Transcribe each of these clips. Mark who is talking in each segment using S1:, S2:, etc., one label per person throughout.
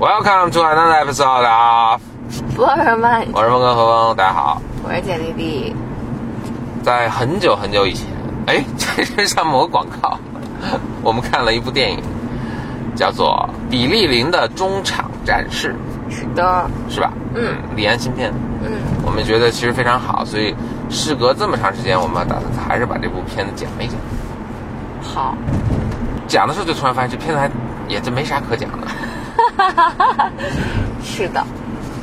S1: Welcome to another episode of，
S2: 博尔曼，
S1: 我是峰哥何峰，大家好。
S2: 我是简丽丽。
S1: 在很久很久以前，哎， 这是像某个广告。我们看了一部电影，叫做《比利林的中场战事
S2: 是的，》，
S1: 是吧？
S2: 嗯，
S1: 李安新片，
S2: 嗯，
S1: 我们觉得其实非常好，所以事隔这么长时间，我们打算还是把这部片子讲一讲。
S2: 好，
S1: 讲的时候就突然发现，这片子还也真没啥可讲的。
S2: 是的，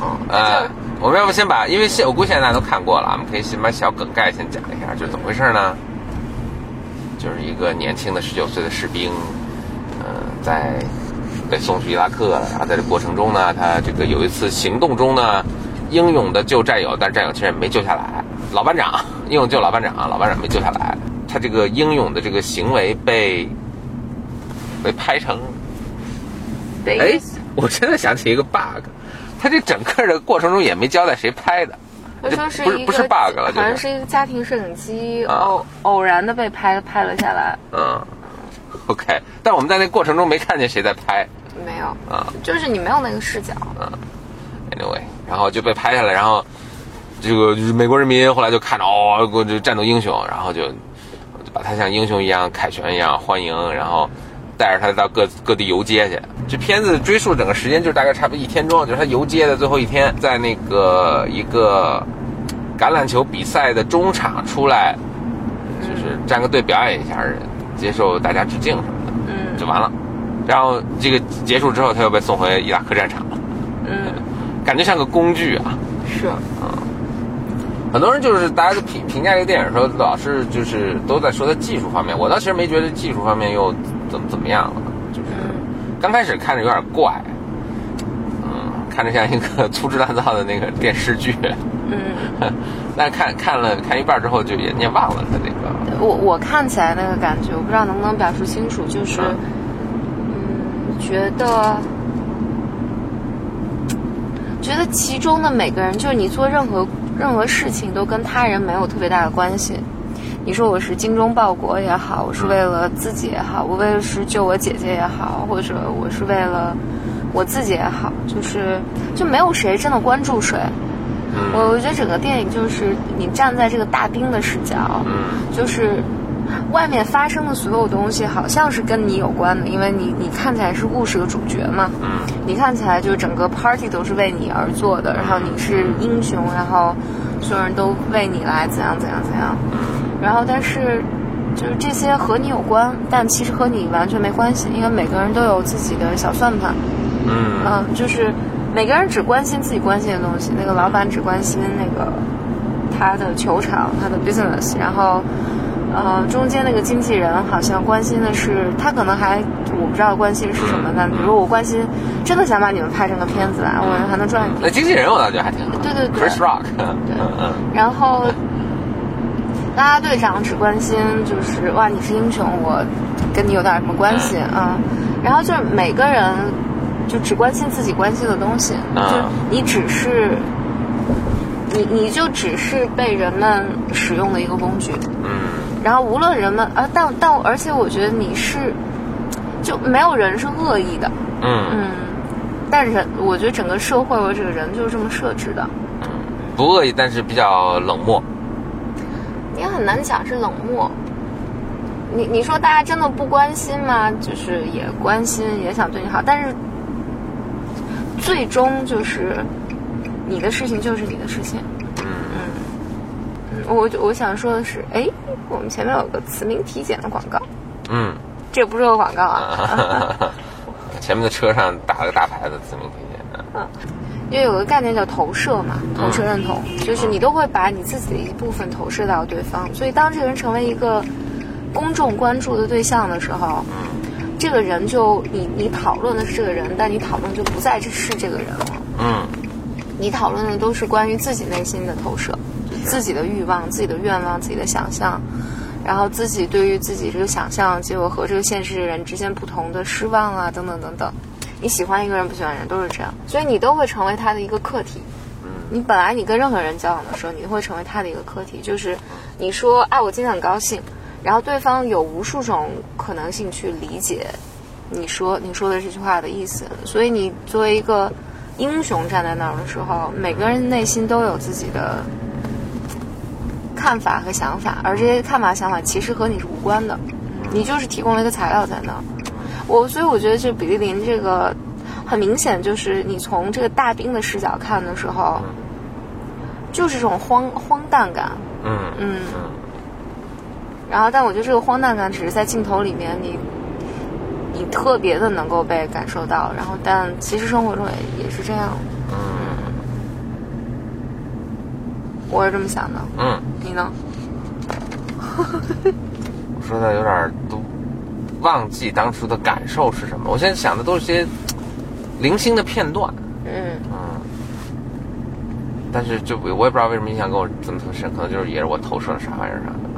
S2: 嗯，
S1: 呃，我们要不先把，因为现我估计现在大家都看过了，我们可以先把小梗概先讲一下，就是怎么回事呢？就是一个年轻的十九岁的士兵，呃，在被送去伊拉克了，然后在这过程中呢，他这个有一次行动中呢，英勇的救战友，但是战友其实也没救下来，老班长 英勇救老班长，老班长没救下来，他这个英勇的这个行为被被拍成
S2: 对，
S1: 哎，我真的想起一个 bug，他这整个的过程中也没交代谁拍的，
S2: 我
S1: 这
S2: 说是
S1: 不是
S2: 一个
S1: 不是 bug 了，
S2: 好像
S1: 就是
S2: 一个家庭摄影机
S1: 啊
S2: 偶偶然的被拍拍了下来，
S1: 嗯，OK，但我们在那过程中没看见谁在拍
S2: 没有，
S1: 啊
S2: 就是你没有那个视角，
S1: ，anyway，然后就被拍下来，然后这个就是美国人民后来就看着哦，我这战斗英雄，然后就就把他像英雄一样凯旋一样欢迎，然后带着他到各各地游街去。这片子追溯整个时间就是大概差不多一天钟，就是他游街的最后一天，在那个一个橄榄球比赛的中场出来，就是站个队表演一下，接受大家致敬什么的，
S2: 嗯
S1: 就完了。然后这个结束之后，他又被送回伊拉克战场了，
S2: 嗯，
S1: 感觉像个工具啊。
S2: 是，
S1: 很多人就是大家就评评价这个电影的时候，老是就是都在说它技术方面，我倒其实没觉得技术方面又怎么怎么样了，就是
S2: 嗯
S1: 刚开始看着有点怪，嗯，看着像一个粗制滥造的那个电视剧，
S2: 嗯，
S1: 但是看看了看一半之后就也你也忘了它那个，
S2: 我我看起来那个感觉，我不知道能不能表述清楚，就是，嗯，觉得。觉得其中的每个人，就是你做任何任何事情都跟他人没有特别大的关系。你说我是精忠报国也好，
S1: 嗯
S2: 我是为了自己也好，我为了是救我姐姐也好，或者我是为了我自己也好，就是就没有谁真的关注谁。我
S1: 嗯
S2: 我觉得整个电影就是你站在这个大兵的视角，
S1: 嗯
S2: 就是外面发生的所有东西，好像是跟你有关的，因为你你看起来是故事的主角嘛，
S1: 嗯
S2: 你看起来就是整个 party 都是为你而做的，然后你是英雄，然后所有人都为你来怎样怎样怎样，然后但是就是这些和你有关，但其实和你完全没关系，因为每个人都有自己的小算盘，
S1: 嗯
S2: 嗯，就是每个人只关心自己关心的东西，那个老板只关心那个他的球场、他的 business，然后呃中间那个经纪人好像关心的是他可能还我不知道关心是什么，但比如我关心真的想把你们拍成个片子来，啊我还能赚一笔
S1: 那经纪人我倒觉得还挺好
S2: 对对对
S1: ，Chris Rock，嗯嗯
S2: 然后啦啦队长只关心就是哇，你是英雄，我跟你有点什么关系啊、嗯？然后就是每个人就只关心自己关心的东西，
S1: 嗯
S2: 就是你只是你你就只是被人们使用的一个工具。
S1: 嗯
S2: 然后无论人们啊，但但而且我觉得你是就没有人是恶意的，
S1: 嗯，
S2: 嗯。但人，我觉得整个社会或者人就是这么设置的，
S1: 不恶意，但是比较冷漠，
S2: 也很难讲是冷漠。你你说大家真的不关心吗？就是也关心，也想对你好，但是最终就是你的事情就是你的事情。
S1: 嗯
S2: 嗯我我想说的是，哎，我们前面有个慈铭体检的广告，
S1: 嗯。
S2: 这不是个广告啊，
S1: 前面的车上打了大牌子自鸣体检，
S2: 因为有个概念叫投射嘛，投射认同，就是你都会把你自己的一部分投射到对方，所以当这个人成为一个公众关注的对象的时候，这个人就你你讨论的是这个人，但你讨论就不再是这个人了，
S1: 嗯
S2: 你讨论的都是关于自己内心的投射，自己的欲望、自己的愿望、自己的想象，然后自己对于自己这个想象结果和这个现实人之间不同的失望啊，等等等等。你喜欢一个人，不喜欢人都是这样，所以你都会成为他的一个课题。你本来你跟任何人交往的时候，你会成为他的一个课题，就是你说啊，我今天很高兴，然后对方有无数种可能性去理解你说你说的这句话的意思。所以你作为一个英雄站在那儿的时候，每个人内心都有自己的看法和想法，而这些看法想法其实和你是无关的，你就是提供了一个材料在那儿。我所以我觉得这比利林这个很明显就是你从这个大兵的视角看的时候，就是这种荒荒诞感，
S1: 嗯嗯
S2: 嗯。然后，但我觉得这个荒诞感只是在镜头里面你，你特别的能够被感受到。然后，但其实生活中也也是这样，
S1: 嗯
S2: 我是这么想的。
S1: 嗯，
S2: 你呢？
S1: 我说的有点儿都忘记当初的感受是什么，我现在想的都是些嘖零星的片段，
S2: 嗯，
S1: 嗯。但是就我也不知道为什么印象跟我这么特深，可能就是也是我投射了啥玩意儿啥的吧。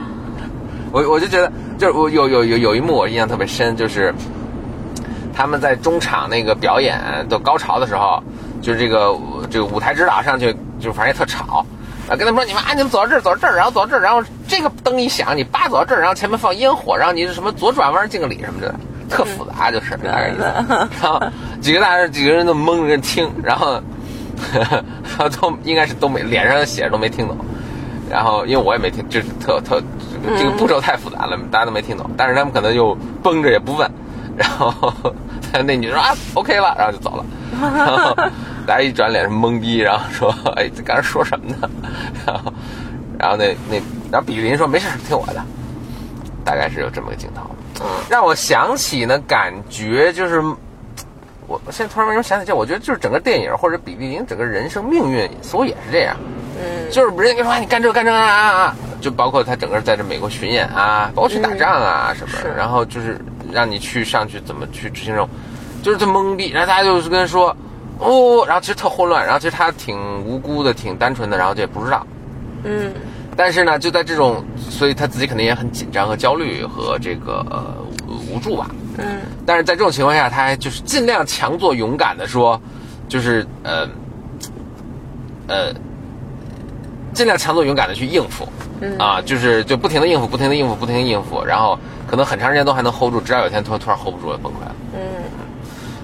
S1: 我我就觉得，就是我有有有有一幕我印象特别深，就是他们在中场那个表演的高潮的时候，就是这个舞这个舞台指导上去，就反正也特吵。啊，跟他们说你们啊，你们走到这儿，走到这儿，然后走到这儿，然后这个灯一响，你叭走到这儿，然后前面放烟火，然后你是什么左转弯敬个礼什么的，特复杂，就是大概意思。然后几个大人几个人都蒙着听，然后然后 都应该是都没脸上写着都没听懂，然后因为我也没听，就是特特这个步骤太复杂了，大家都没听懂，但是他们可能就绷着也不问，然后 那女的说啊 OK 了，然后就走了，然后大家一转脸是懵逼，然后说哎这刚才说什么呢？然后然后那那然后比利林说没事儿听我的，大概是有这么个镜头，让我想起呢感觉就是。我我现在突然为什么想起这？我觉得就是整个电影或者比利林整个人生命运似乎也是这样，
S2: 嗯
S1: 就是人家跟你说、啊、你干这个干这个啊啊啊，就包括他整个在这美国巡演啊，包括去打仗啊、什么
S2: 嗯是，
S1: 然后就是让你去上去怎么去执行任务，就是这懵逼，然后大家就是跟他说哦，然后其实特混乱，然后其实他挺无辜的，挺单纯的，然后就也不知道，
S2: 嗯
S1: 但是呢，就在这种，所以他自己肯定也很紧张和焦虑和这个呃无无助吧，
S2: 嗯
S1: 但是在这种情况下，他还就是尽量强作勇敢的说，就是呃呃，尽量强作勇敢的去应付，
S2: 嗯
S1: 啊，就是就不停的应付，不停的应付，不停的应付，然后可能很长时间都还能 hold 住，直到有一天突然突然 hold 不住了，崩溃了。
S2: 嗯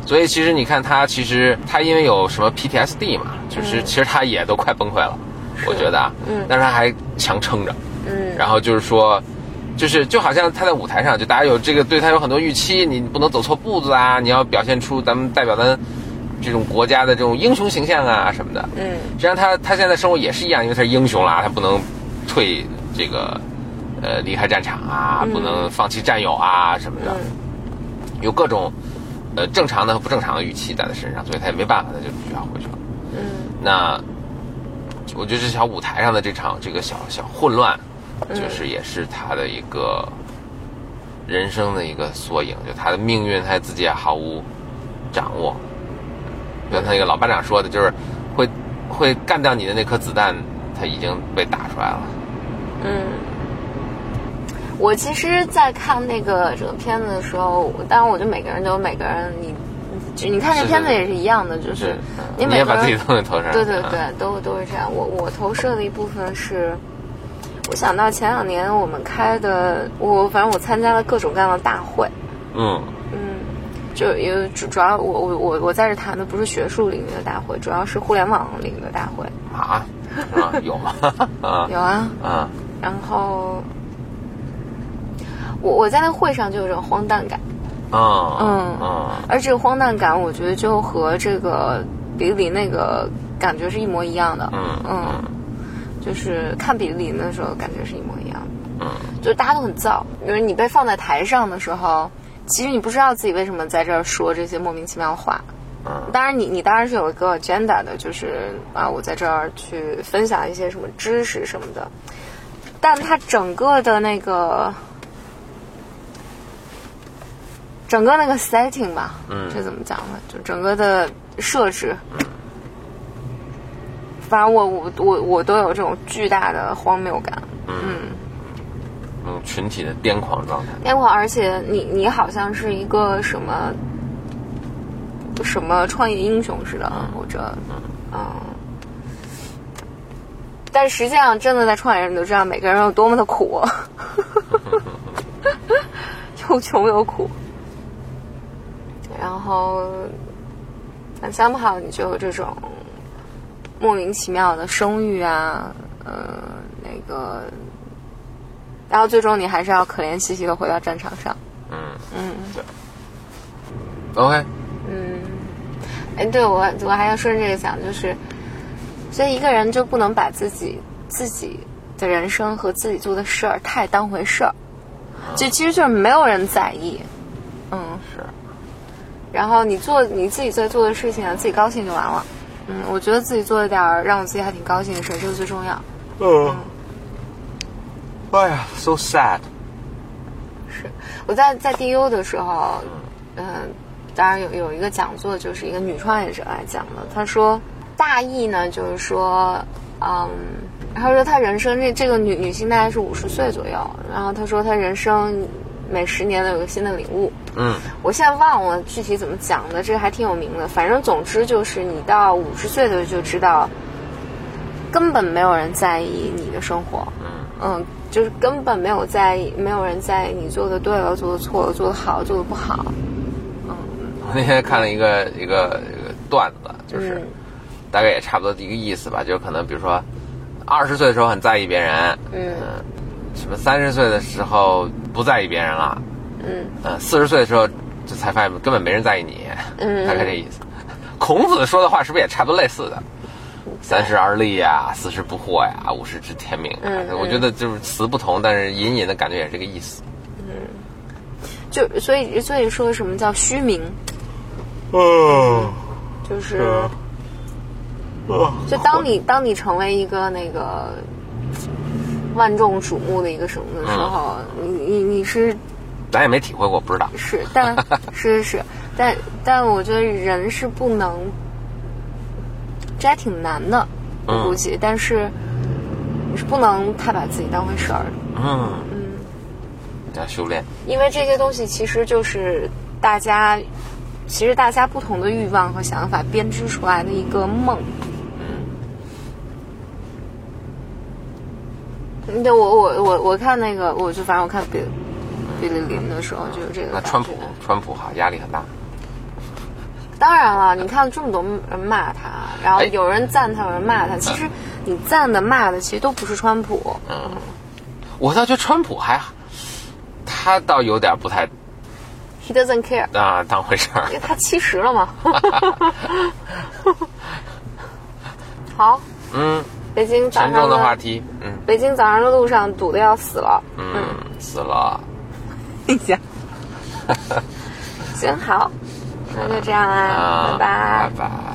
S1: 所以其实你看他，其实他因为有什么 PTSD 嘛，就是其实他也都快崩溃了，我觉得啊，
S2: 嗯
S1: 但是他还强撑着，
S2: 嗯
S1: 然后就是说，就是就好像他在舞台上，就大家有这个对他有很多预期，你不能走错步子啊，你要表现出咱们代表咱这种国家的这种英雄形象啊什么的。
S2: 嗯
S1: 实际上他他现在生活也是一样，因为他是英雄啦，他不能退这个呃离开战场啊，不能放弃战友啊什么的，有各种呃正常的和不正常的预期在他身上，所以他也没办法，他就必须要回去了。
S2: 嗯
S1: 那我觉得这小舞台上的这场这个小小混乱，
S2: 嗯
S1: 就是也是他的一个人生的一个缩影，就他的命运他自己也毫无掌握。就像他那个老班长说的，就是会会干掉你的那颗子弹，他已经被打出来了。
S2: 嗯。我其实，在看那个这个片子的时候，我当然我觉得每个人都有每个人，你你你看这
S1: 是
S2: 片子
S1: 是
S2: 也是一样的，就是是，
S1: 嗯你
S2: 每
S1: 也
S2: 个
S1: 把
S2: 人
S1: 自己东西投上。
S2: 对对
S1: 嗯
S2: 对，，都都是这样。我我投射的一部分是，我想到前两年我们开的，我反正我参加了各种各样的大会，
S1: 嗯
S2: 嗯，就因为主主要我我我我在这谈的不是学术领域的大会，主要是互联网领域的大会。
S1: 啊啊有吗？ 啊
S2: 有啊，
S1: 啊
S2: 然后我我在那会上就有种荒诞感，
S1: 啊
S2: 嗯
S1: 嗯
S2: 而这个荒诞感，我觉得就和这个比利那个感觉是一模一样的。
S1: 嗯
S2: 嗯，就是看比利的时候，感觉是一模一样的。
S1: 嗯
S2: 就是大家都很燥，因为你被放在台上的时候，其实你不知道自己为什么在这儿说这些莫名其妙的话。
S1: 嗯
S2: 当然你，你当然是有一个 agenda 的，就是啊，我在这儿去分享一些什么知识什么的，但它整个的那个。整个那个 setting 吧，
S1: 嗯
S2: 这怎么讲呢？就整个的设置，反正我我我我都有这种巨大的荒谬感，
S1: 嗯，群体的癫狂状态。
S2: 那会儿，而且你你好像是一个什么什么创业英雄似的，或者嗯，但 实际上真的在创业，你都知道每个人有多么的苦。又穷又苦。然后，但 somehow 你就有这种莫名其妙的声誉啊，呃，那个，然后最终你还是要可怜兮兮的回到战场上。
S1: 嗯
S2: 嗯
S1: 对。OK，
S2: 嗯，哎，对我我还要顺着这个讲，就是，所以一个人就不能把自己自己的人生和自己做的事儿太当回事儿，就其实就是没有人在意，嗯，
S1: 是，
S2: 然后你做你自己在做的事情啊，自己高兴就完了。嗯，我觉得自己做一点儿让我自己还挺高兴的事儿，这是最重要。
S1: 嗯，哎呀，so sad，
S2: 是我在在 DU 的时候，嗯、当然有有一个讲座，就是一个女创业者来讲的，她说大意呢就是说，嗯，她说她人生这这个女女性大概是五十岁左右，然后她说她人生每十年都有个新的领悟，
S1: 嗯
S2: 我现在忘了具体怎么讲的，这个还挺有名的。反正总之就是，你到五十岁的就知道，根本没有人在意你的生活，
S1: 嗯
S2: 嗯，就是根本没有在意，没有人在意你做的对了，做的错了，做的好，做的不好。
S1: 我 那天看了一个一个一个段子，就是、
S2: 嗯
S1: 大概也差不多一个意思吧，就是可能比如说，二十岁的时候很在意别人，呃
S2: 嗯
S1: 什么三十岁的时候不在意别人了，
S2: 嗯，
S1: 呃，四十岁的时候就才发现根本没人在意你，
S2: 嗯
S1: 大概这意思。孔子说的话是不是也差不多类似的？三十而立呀、四十不惑呀、五十知天命啊、
S2: 嗯嗯
S1: 我觉得就是词不同，但是隐隐的感觉也是这个意思。
S2: 就所以所以说什么叫虚名，
S1: 哦，
S2: 就是。
S1: 哦
S2: 就当你当你成为一个那个万众瞩目的一个什么的时候，你你你是
S1: 咱也没体会过，不知道。
S2: 是， 但是是是，但但我觉得人是不能，这还挺难的，我估
S1: 嗯
S2: 计，但是你是不能太把自己当回事儿的，
S1: 嗯嗯，要修炼。
S2: 因为这些东西其实就是大家，其实大家不同的欲望和想法编织出来的一个梦。嗯，对我我我我看那个，我就反正我看比比利林的时候就有这个
S1: 那
S2: 感觉。
S1: 啊川普，川普哈压力很大。
S2: 当然了，你看这么多人骂他，然后
S1: 哎
S2: 有人赞他，有人骂他。
S1: 嗯
S2: 其实你赞的、骂的，其实都不是川普。
S1: 我倒觉得川普还，他倒有点不太
S2: He doesn't care，
S1: 啊当回事儿
S2: 因。为他七十了 嘛。好，
S1: 嗯，
S2: 北京早
S1: 沉
S2: 上
S1: 重的话题，嗯
S2: 北京早上的路上堵得要死了。
S1: 嗯，死了，哎
S2: 行，行好，那就这样啦，
S1: 啊，
S2: 拜
S1: 拜
S2: 拜
S1: 拜。